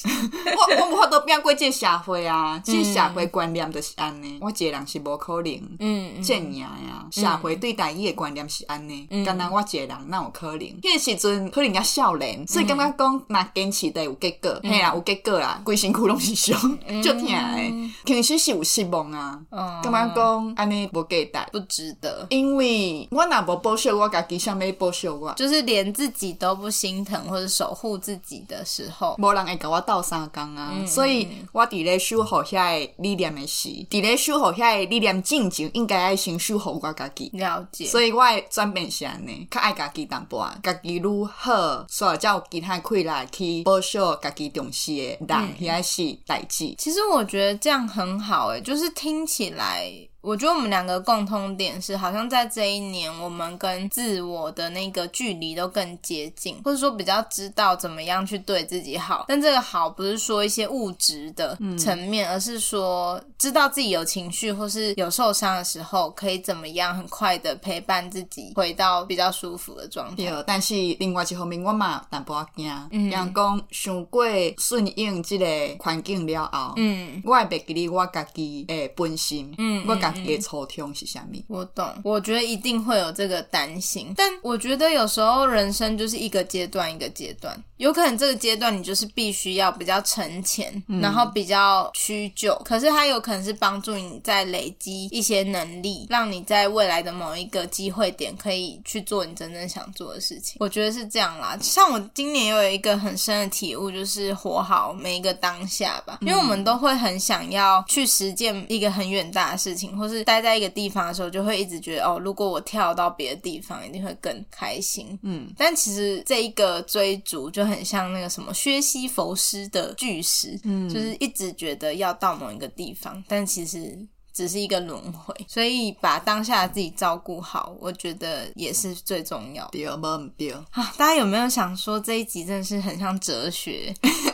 [LAUGHS] 我我无法度拼过这社会啊，这社会观念就是安尼，我一个人是无可能。嗯，嗯正赢啊，社会对待伊的观念是安尼，敢若、我一个人哪有可能？迄个时阵可能较少嗯年，所以感觉讲若坚持的有结果，嘿啦有结果啦，规身躯拢是伤，足疼的。其实是有失望啊，嗯哦感觉讲安尼无价值，不值得，因为我若无报销我家己，想要报销我，就是连自己都不心疼或者守护自己的时候，无人会甲我斗相共啊，嗯所以我伫咧守护遐个理念的时，伫咧守护遐个理念进前，应该爱先守护我家己。了解。所以我的转变是安尼，较爱家己淡薄仔，家己愈好，所以才有其他开来去保守家己重视的人，遐、是代志。其实我觉得这样很好诶、就是听起来，我觉得我们两个共通点是，好像在这一年，我们跟自我的那个距离都更接近，或者说比较知道怎么样去对自己好。但这个好不是说一些物质的层面，而是说知道自己有情绪或是有受伤的时候，可以怎么样很快的陪伴自己回到比较舒服的状态。对，但是另外一方面，我嘛有淡薄仔惊，人讲想过顺应即个环境了后，嗯我会袂记哩我家己诶本心，嗯我家己的初衷是啥物。我懂，我觉得一定会有这个担心，但我觉得有时候人生就是一个阶段一个阶段，有可能这个阶段你就是必须要比较沉潜，然后比较屈就，可是它有可能是帮助你在累积一些能力，让你在未来的某一个机会点可以去做你真正想做的事情。我觉得是这样啦。像我今年又有一个很深的体悟，就是活好每一个当下吧，因为我们都会很想要去实践一个很远大的事情，或是待在一个地方的时候，就会一直觉得哦，如果我跳到别的地方，一定会更开心。嗯，但其实这一个追逐就很像那个什么薛西弗斯的巨石，嗯，就是一直觉得要到某一个地方，但其实。只是一个轮回，所以把当下自己照顾好，我觉得也是最重要的。对，无毋对，啊，大家有没有想说这一集真的是很像哲学？ [LAUGHS]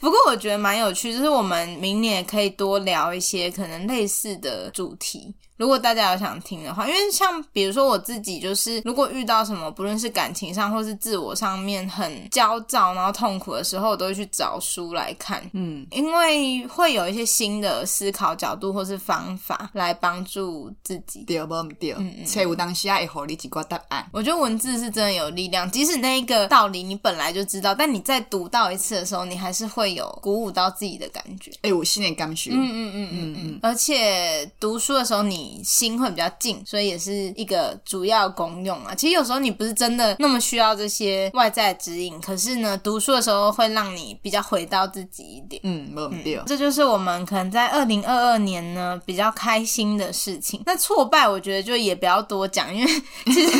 不过我觉得蛮有趣，就是我们明年也可以多聊一些可能类似的主题。如果大家有想听的话，因为像比如说我自己，就是如果遇到什么不论是感情上或是自我上面很焦躁然后痛苦的时候，我都会去找书来看，嗯，因为会有一些新的思考角度或是方法来帮助自己。对，无毋对，册有当时啊会互你一寡答案。我觉得文字是真的有力量，即使那一个道理你本来就知道，但你再读到一次的时候，你还是会有鼓舞到自己的感觉。会有新的感受，嗯嗯嗯嗯嗯，而且读书的时候你心会比较静，所以也是一个主要功用啊。其实有时候你不是真的那么需要这些外在指引，可是呢，读书的时候会让你比较回到自己一点。嗯，无毋对，这就是我们可能在二零二二年呢比较开心的事情。那挫败，我觉得就也不要多讲，因为其实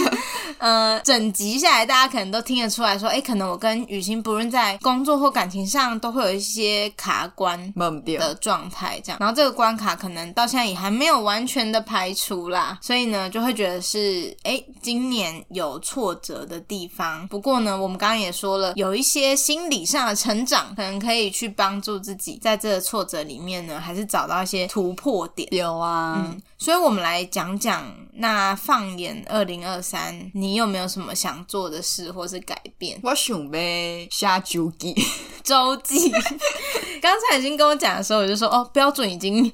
呃，整集下来大家可能都听得出来说，哎，可能我跟雨欣不论在工作或感情上都会有一些卡关无毋对，的状态，这样。然后这个关卡可能到现在也还没有完全的排除啦，所以呢，就会觉得是哎，今年有挫折的地方。不过呢，我们刚刚也说了，有一些心理上的成长，可能可以去帮助自己在这个挫折里面呢，还是找到一些突破点。对啊，所以，我们来讲讲，那放眼二零二三，你有没有什么想做的事或是改变？ [LAUGHS] 我想要写周记，周记， [LAUGHS] 刚才已经跟我讲的时候，我就说哦，标准已经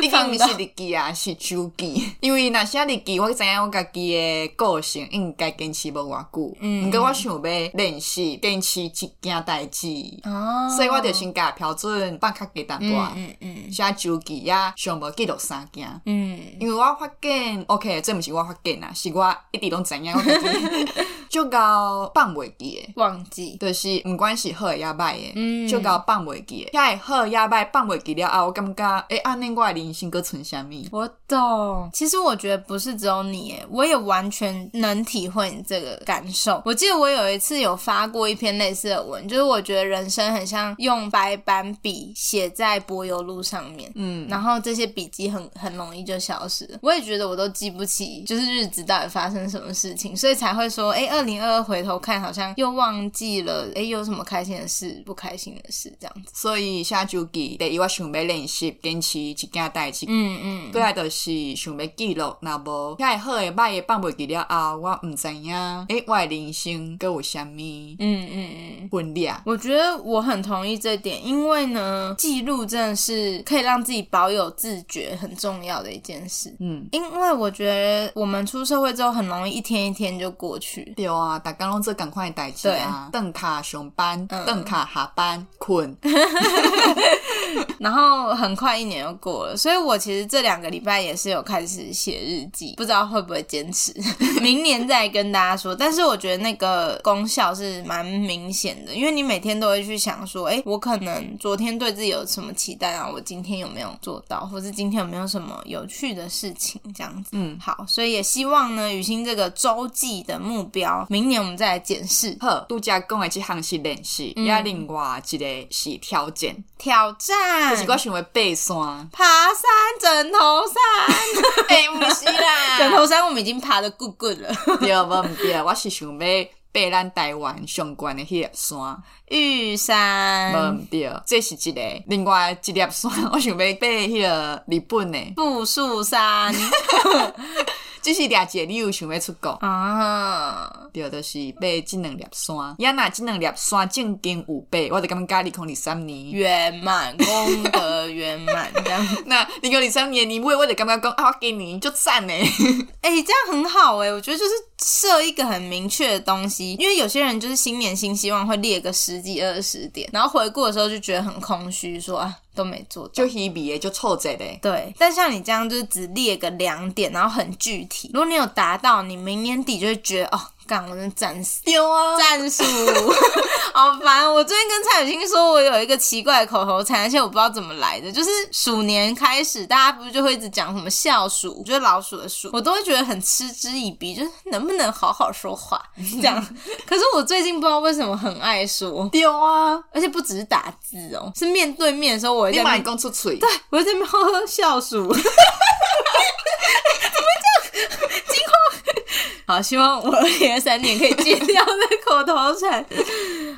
你讲毋是日记啊，是周记。 [LAUGHS] 因为若写日记，我知影我家己的个性应该坚持无偌久。嗯，毋过我想要练习坚持一件代志，哦，所以我就先甲标准放较低淡薄，嗯嗯写周记呀，想无记录三件。嗯因为我发现，OK，这毋是我发现啊，是我一直拢知影，我家己 [LAUGHS] 就到放袂记的。忘记，就是毋管是好诶抑歹诶，嗯就到放袂记诶。遐会好抑歹放袂记了后，我感觉诶，安尼我诶人生搁剩啥物？我懂。其实我觉得不是只有你耶，我也完全能体会你这个感受。我记得我有一次有发过一篇类似的文，就是我觉得人生很像用白板笔写在柏油路上面，嗯，然后这些笔记很很容易就消失了。我也觉得我都记不起，就是日子到底发生什么事情，所以才会说，哎，二零二二回头看，好像又忘记了，哎，有什么开心的事、不开心的事这样子。所以写周记，第一我想要练习坚持一件代志，嗯嗯，过来就是想要记录，若无遐会好诶歹诶放袂记了后，我毋知影诶，我诶人生搁有啥物嗯嗯嗯。分量？我觉得我很同意这点，因为呢，记录真的是可以让自己保有自觉很重要的一件事。嗯，因为我觉得我们出社会之后，很容易一天一天就过去。对啊，逐工拢做共款诶代志啊，顿卡上班，嗯顿卡下班，困，然后很快一年又过了，所以我其实这两个礼拜也是有开始写日记，不知道会不会坚持， [LAUGHS] 明年再跟大家说。但是我觉得那个功效是蛮明显的，因为你每天都会去想说，哎，我可能昨天对自己有什么期待啊，我今天有没有做到，或是今天有没有什么有趣的事情这样子。嗯，好，所以也希望呢，雨欣这个周记的目标，明年我们再来检视好，拄则讲诶即项是练习，嗯也另外一个是挑战，挑就战，。是我想要爬山 [LAUGHS] 爬山枕头山。诶，毋是啦枕头山我们已经爬的够够了。对，无毋对，我是想要爬咱台湾上悬的迄粒山，玉山无毋对，这是一个另外一粒 [LAUGHS] 山，我想要爬迄个日本的，富树山，只是掠一个理由想要出国。啊，对，就是爬即两粒山，也若即两粒山正经有爬，我就感觉甲二零二三年。圆满，功德圆满，这样。那二零二三年年尾，我就感觉讲啊，我今年就赞呢。哎、这样很好哎、我觉得就是设一个很明确的东西，因为有些人就是新年新希望会列个十几二十点，然后回顾的时候就觉得很空虚，说啊都没做到。 [LAUGHS] 就稀微的，就凑者的。对，但像你这样就是只列个两点，然后很具体。如果你有达到，你明年底就会觉得哦，干，我真的战死。丢 [LAUGHS] 啊！战术，好烦！我最近跟蔡雨欣说，我有一个奇怪的口头禅，而且我不知道怎么来的，就是鼠年开始，大家不是就会一直讲什么笑鼠，就是老鼠的鼠，我都会觉得很嗤之以鼻，就是能不能好好说话这样。可是我最近不知道为什么很爱说，丢啊！而且不只是打字哦，是面对啊面的时候，我会你在那嘛边会讲出嘴，我会在那边呵呵笑鼠。怎么会这样？惊慌！好，希望我二零二三年可以戒掉这口头禅。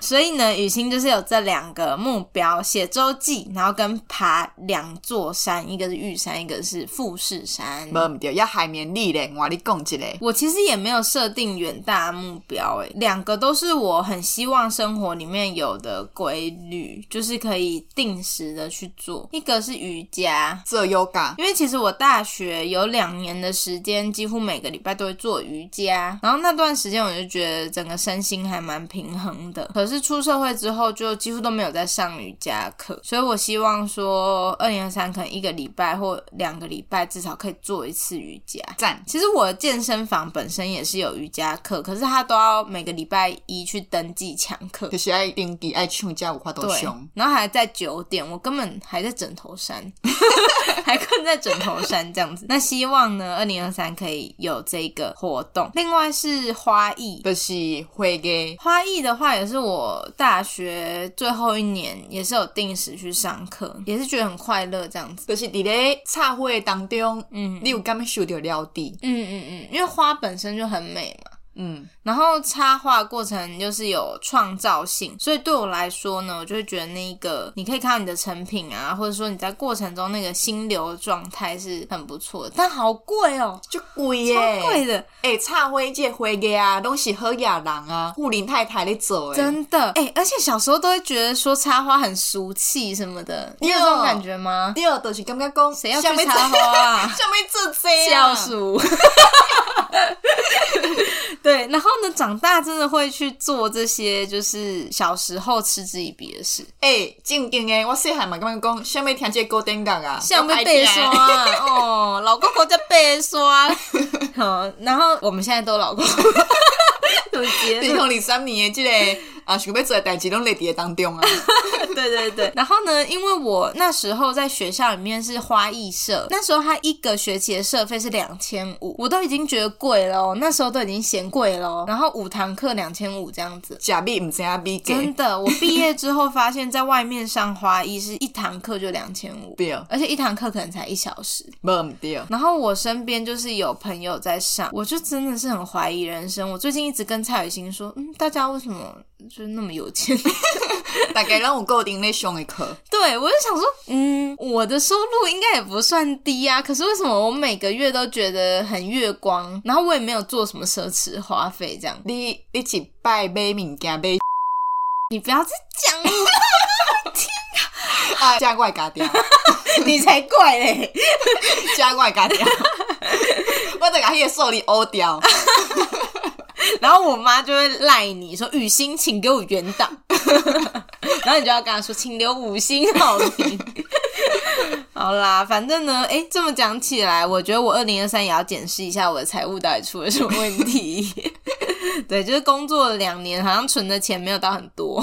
所以呢，雨欣就是有这两个目标：写周记，然后跟爬两座山，一个是玉山，一个是富士山。无毋对，要海绵力咧，我跟你讲一个。我其实也没有设定远大目标，诶，两个都是我很希望生活里面有的规律，就是可以定时的去做。一个是瑜伽，做 yoga，因为其实我大学有两年的时间，几乎每个礼拜都会做瑜伽，然后那段时间我就觉得整个身心还蛮平衡的。可是出社会之后，就几乎都没有在上瑜伽课，所以我希望说，二零二三可能一个礼拜或两个礼拜至少可以做一次瑜伽。赞。其实我的健身房本身也是有瑜伽课，可是它都要每个礼拜一去登记抢课就，是爱登记爱唱歌有法度对上，，然后还在九点，我根本还在枕头山， [LAUGHS] 还困在枕头山这样子。那希望呢，二零二三可以有这个活动。另外是花艺。就是会嘅。花艺的话，也是我大学最后一年，也是有定时去上课，也是觉得很快乐这样子。就是伫咧插花的当中，嗯你有感觉受到了解，嗯嗯嗯，因为花本身就很美嘛，嗯，然后插画过程就是有创造性，所以对我来说呢，我就会觉得那一个你可以看到你的成品啊，或者说你在过程中那个心流状态是很不错的，但好贵哦，就贵耶，超贵的，诶、插花这花艺啊，拢是好野人啊，富林太太咧做诶。真的哎、而且小时候都会觉得说插花很俗气什么的，你有这种感觉吗？第二就是感觉讲，谁要去插花 [LAUGHS] 啊？下面做这笑啊，鼠。 [LAUGHS] 对，然后呢，长大真的会去做这些，就是小时候嗤之以鼻的事。诶、正经诶，我细汉嘛感觉讲，下面听这古典乐啊，像被我被歹听刷哦，老公公在被刷。好，然后我们现在都老公，怎么结二零二三年的即、个啊，想要做的代志拢在伫个 [LAUGHS] 当中 [LAUGHS] 啊。对对对。然后呢，因为我那时候在学校里面是花艺社，那时候他一个学期的社费是两千五，我都已经觉得贵了哦，那时候都已经嫌贵了哦。然后五堂课两千五这样子。食米毋知影米真价，的，我毕业之后发现，在外面上花艺是一堂课就两千五，对，而且一堂课可能才一小时。无毋对。然后我身边就是有朋友在上，我就真的是很怀疑人生。我最近一直跟蔡雨欣说，嗯，大家为什么就是那么有钱？ [LAUGHS] [LAUGHS] 大概拢有固定咧上的课，对我就想说，嗯，我的收入应该也不算低啊，可是为什么我每个月都觉得很月光，然后我也没有做什么奢侈花费这样？ [LAUGHS] 你你一摆买物件买 [LAUGHS] 你不要再讲了， [LAUGHS] 啊，加我的家庭， [LAUGHS] 你才怪嘞！加我的家庭， [LAUGHS] 我得甲迄个数字乌掉。 [LAUGHS] [LAUGHS] 然后我妈就会赖你说：“雨欣，请给我原档。”然后你就要跟她说：“请留五星好评。” [LAUGHS] 好啦，反正呢，哎，这么讲起来，我觉得我二零二三也要检视一下我的财务到底出了什么问题。 [LAUGHS] 对，就是工作了两年，好像存的钱没有到很多。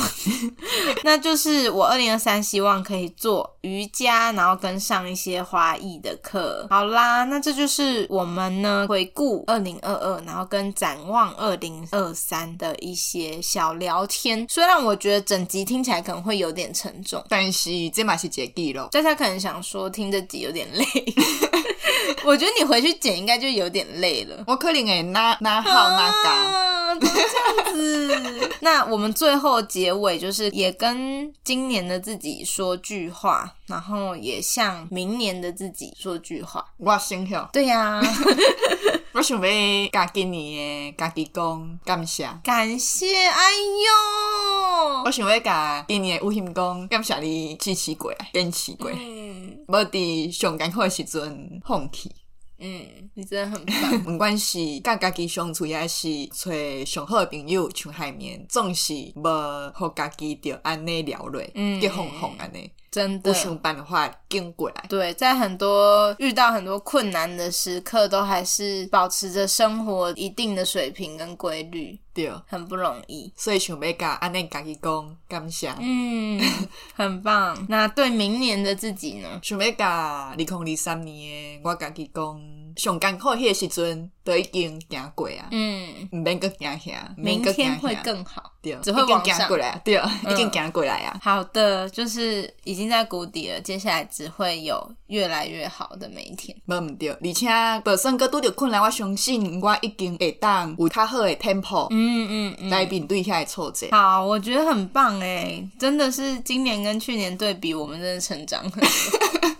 那就是我二零二三希望可以做瑜伽，然后跟上一些花艺的课。好啦，那这就是我们呢回顾二零二二，然后跟展望二零二三的一些小聊天。虽然我觉得整集听起来可能会有点沉重，但是这嘛是一个记录，大家可能想说听这集有点累。 [LAUGHS] 我觉得你回去剪应该就有点累了。我可能会拿拿好拿嘎。啊，怎么这样子？ [LAUGHS] 那我们最后结尾就是也跟今年的自己说句话，然后也向明年的自己说句话。我想想，对呀、我想要家今年的家己讲感谢。感谢，哎我呦，想要甲今年的有心讲，感谢你支持过来，坚持过来，嗯无伫上艰苦的时阵放弃。嗯，你真的很 [LAUGHS] 棒。不管是甲家己相处，抑是找上好的朋友像海绵，总是无互家己着安尼聊落，嗯结哄哄安尼，真的有，想办法跟过来。对，在很多遇到很多困难的时刻，都还是保持着生活一定的水平跟规律，对，很不容易。所以想要甲安尼家己讲感谢，嗯，很棒。 [LAUGHS] 那对明年的自己呢？想要甲二零二三年的我家己讲，上艰苦迄个时阵都已经行过啊。嗯，毋免阁惊遐，毋免明阁惊天遐会更好。对，只会已经往上嗯行过来，对，已经行过来啊。好的，就是已经在谷底了，接下来只会有越来越好的每一天。无毋对，而且就算搁拄着困难，我相信我已经会当有较好的 tempo 嗯嗯嗯，来面对遐个挫折。好，我觉得很棒哎，真的是今年跟去年对比，我们真的成长很多。 [LAUGHS]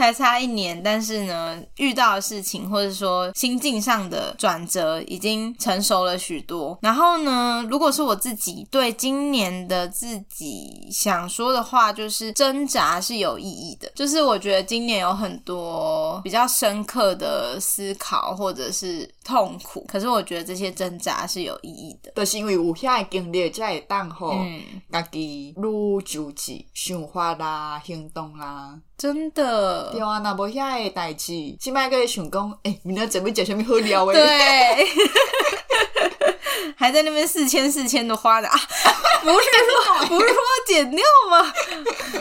才差一年，但是呢，遇到的事情或者说心境上的转折，已经成熟了许多。然后呢，如果是我自己对今年的自己想说的话，就是挣扎是有意义的。就是我觉得今年有很多比较深刻的思考或者是痛苦，可是我觉得这些挣扎是有意义的。就是因为有遐个经历，才会当吼嗯。家己愈纠结、想法啦、行动嗯啦。真对的，啊，若无遐个代志，即摆搁咧想讲，诶、明仔准备食啥物好料诶？对， [LAUGHS] 还在那边四千四千的花的 [LAUGHS] 啊，不是说不是说剪掉吗？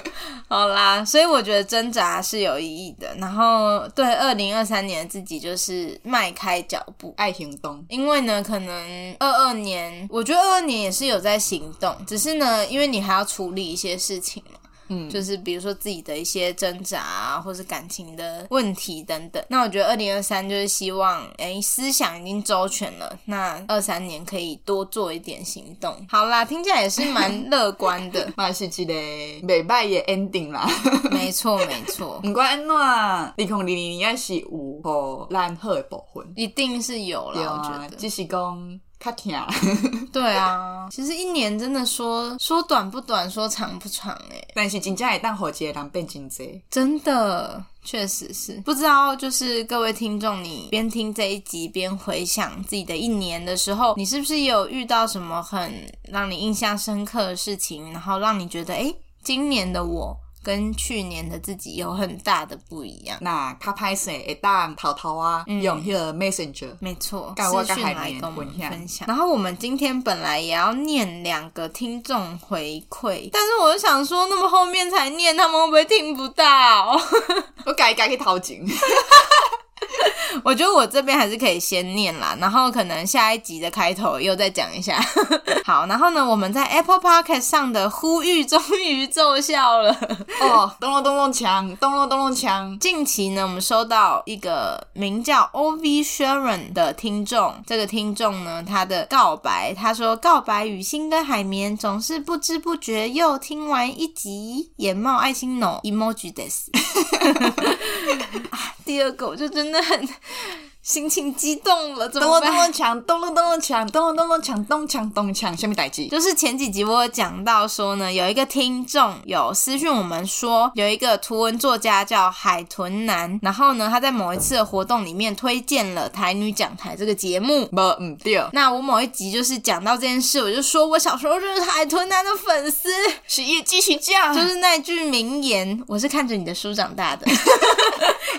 [LAUGHS] 好啦，所以我觉得挣扎是有意义的，然后对二零二三年的自己就是迈开脚步。爱行动，因为呢，可能呃二二年，我觉得二二年也是有在行动，只是呢，因为你还要处理一些事情嘛，嗯，就是比如说自己的一些挣扎啊，或是感情的问题等等。那我觉得二零二三就是希望，哎，思想已经周全了，那二三年可以多做一点行动。好啦，听起来也是蛮乐观 [LAUGHS] 的，嘛是一个袂歹诶 ending [LAUGHS] 啦。没错没错，毋管安怎，二零二零年也是有互咱好诶部分。一定是有啦，对我啊觉，得。只是讲较疼，对啊，其实一年真的说说短不短，说长不长、欸，哎。但是真正会当互一个人变真济。真的，确实是不知道，就是各位听众，你边听这一集边回想自己的一年的时候，你是不是也有遇到什么很让你印象深刻的事情，然后让你觉得，诶，今年的我跟去年的自己有很大的不一样？那较歹势会当偷偷啊，嗯用迄个 Messenger。没错，干我私讯跟海来绵跟我们混一下分享。然后我们今天本来也要念两个听众回馈，但是我就想说，那么后面才念，他们会不会听不到？我家己家去头前， [LAUGHS] 我觉得我这边还是可以先念啦，然后可能下一集的开头又再讲一下。 [LAUGHS] 好，然后呢，我们在 Apple Podcast 上的呼吁终于奏效了。哦， [LAUGHS] 咚隆咚隆锵，咚隆咚隆锵，近期呢，我们收到一个名叫 OV Sharon 的听众，这个听众呢，他的告白，他说：“告白雨欣跟海绵总是不知不觉又听完一集，眼冒爱心 no emoji des。”啊， [LAUGHS] 第二个我就真的很心情激动了，怎咚么隆咚办？隆锵，咚隆咚隆锵，咚隆咚隆锵，咚锵咚锵，什么代志？就是前几集我有讲到说呢，有一个听众有私讯我们说，有一个图文作家叫海豚男，然后呢，他在某一次的活动里面推荐了《台女讲台》这个节目。无毋对，那我某一集就是讲到这件事，我就说我小时候就是海豚男的粉丝，是业绩是这样就。是那句名言，我是看着你的书长大的。 [LAUGHS]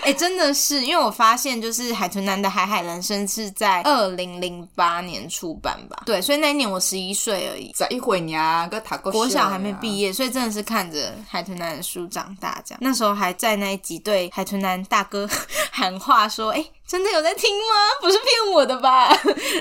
哎、真的是，因为我发现就是海豚男的《海海人生》是在二零零八年出版吧，对，所以那一年我十一岁而已。十一岁尔，搁读过啊国小还没毕业，业，所以真的是看着海豚男的书长大。这样，那时候还在那一集对海豚男大哥 [LAUGHS] 喊话说：“哎、真的有在听吗？不是骗我的吧？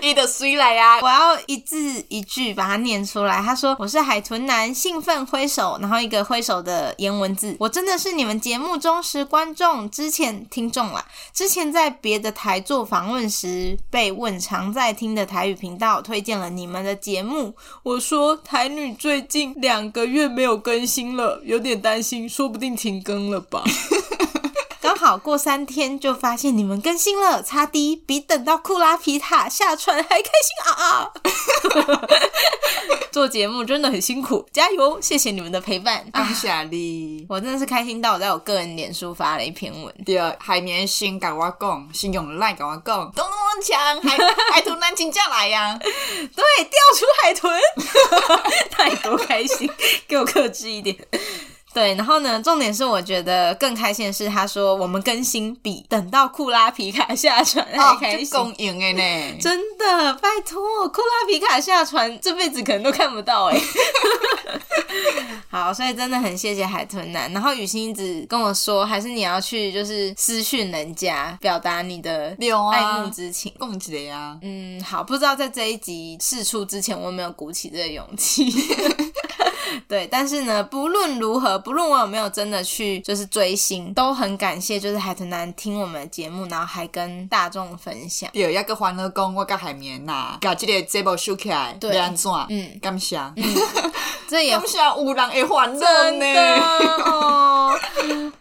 伊的水来啊，我要一字一句把它念出来。他说：“我是海豚男，兴奋挥手，然后一个挥手的颜文字。我真的是你们节目忠实观众，之前听众啦，之前在别的台做访问时，被问常在听的台语频道推荐了你们的节目。我说台女最近两个月没有更新了，有点担心，说不定停更了吧。”刚好过三天就发现你们更新了，擦低比等到库拉皮塔下船还开心啊！ [LAUGHS] 做节目真的很辛苦，加油！谢谢你们的陪伴，感谢你。我真的是开心到我在我个人脸书发了一篇文，对，海绵先甲我讲，先用赖甲我讲，咚咚咚锵，海海豚男请假来啊 [LAUGHS] 呀、对，钓出海豚， [LAUGHS] 他有多开心？给我克制一点。对，然后呢？重点是，我觉得更开心的是，他说我们更新比等到库拉皮卡下船还哦，开这心。公营的呢，真的，拜托，库拉皮卡下船这辈子可能都看不到哎、好，所以真的很谢谢海豚男。然后雨欣一直跟我说，还是你要去就是私讯人家，表达你的对啊爱慕之情。讲一个啊。嗯，好，不知道在这一集试出之前，我有没有鼓起这个勇气。对，但是呢，不论如何，不论我有没有真的去就是追星，都很感谢就是海豚男听我们的节目，然后还跟大众分享。对，抑个欢乐讲，我甲海绵呐，甲即个节目收起来，对要安怎？嗯感谢，这也感谢有人会欢乐真的呢。哦。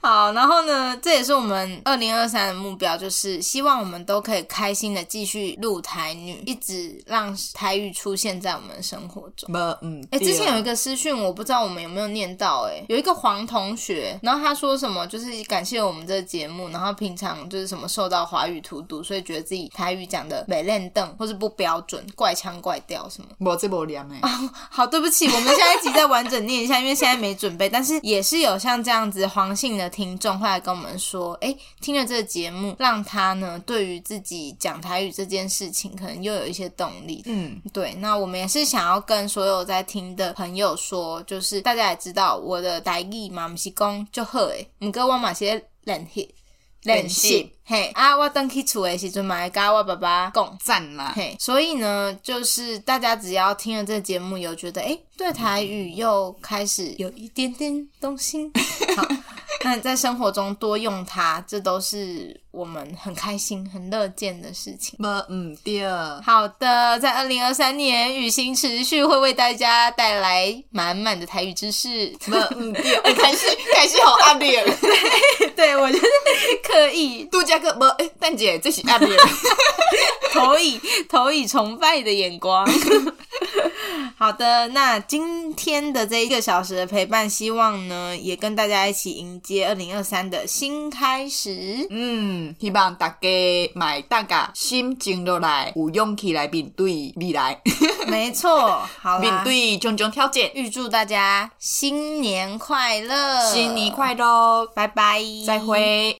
好，然后呢，这也是我们二零二三的目标，就是希望我们都可以开心的继续录台女，一直让台语出现在我们的生活中。无，嗯，哎、之前有一一个私讯，我不知道我们有没有念到、诶哎，有一个黄同学，然后他说什么，就是感谢我们这个节目，然后平常就是什么受到华语荼毒，所以觉得自己台语讲的美练邓或是不标准、怪腔怪调什么。无这无念诶，好，对不起，我们下一集再完整念一下，因为现在没准备。但是也是有像这样子黄姓的听众会来跟我们说，哎，听了这个节目，让他呢对于自己讲台语这件事情，可能又有一些动力。嗯，对，那我们也是想要跟所有在听的朋友说，就是大家也知道我的台语嘛，不是讲就好诶，唔过我嘛是咧练习练习，嘿啊，我等去厝的时阵嘛会甲我爸爸讲。赞啦，嘿，所以呢，就是大家只要听了这个节目，有觉得哎、诶对台语又开始有一点点动 [LAUGHS] 心，好，那在生活中多用它，这都是我们很开心、很乐见的事情。无，嗯， [LAUGHS] 对，好的，在二零二三年，雨欣持续会为大家带来满满的台语知识。 [LAUGHS] 无，嗯，对，哎，开始开始好压力了，对我就是刻意杜家哥无，哎，蛋姐，这是压 [LAUGHS] 力了，投以 [LAUGHS] 投以崇拜的眼光。 [LAUGHS] 好的，那今天的这一个小时的陪伴，希望呢也跟大家一起迎接二零二三的新开 [LAUGHS] 始。嗯，希望大家买大家心静落来，有勇气来面对未来，没错，好面啦，对种种挑战，预祝大家新年快乐，呃新年快乐，拜拜，再。会。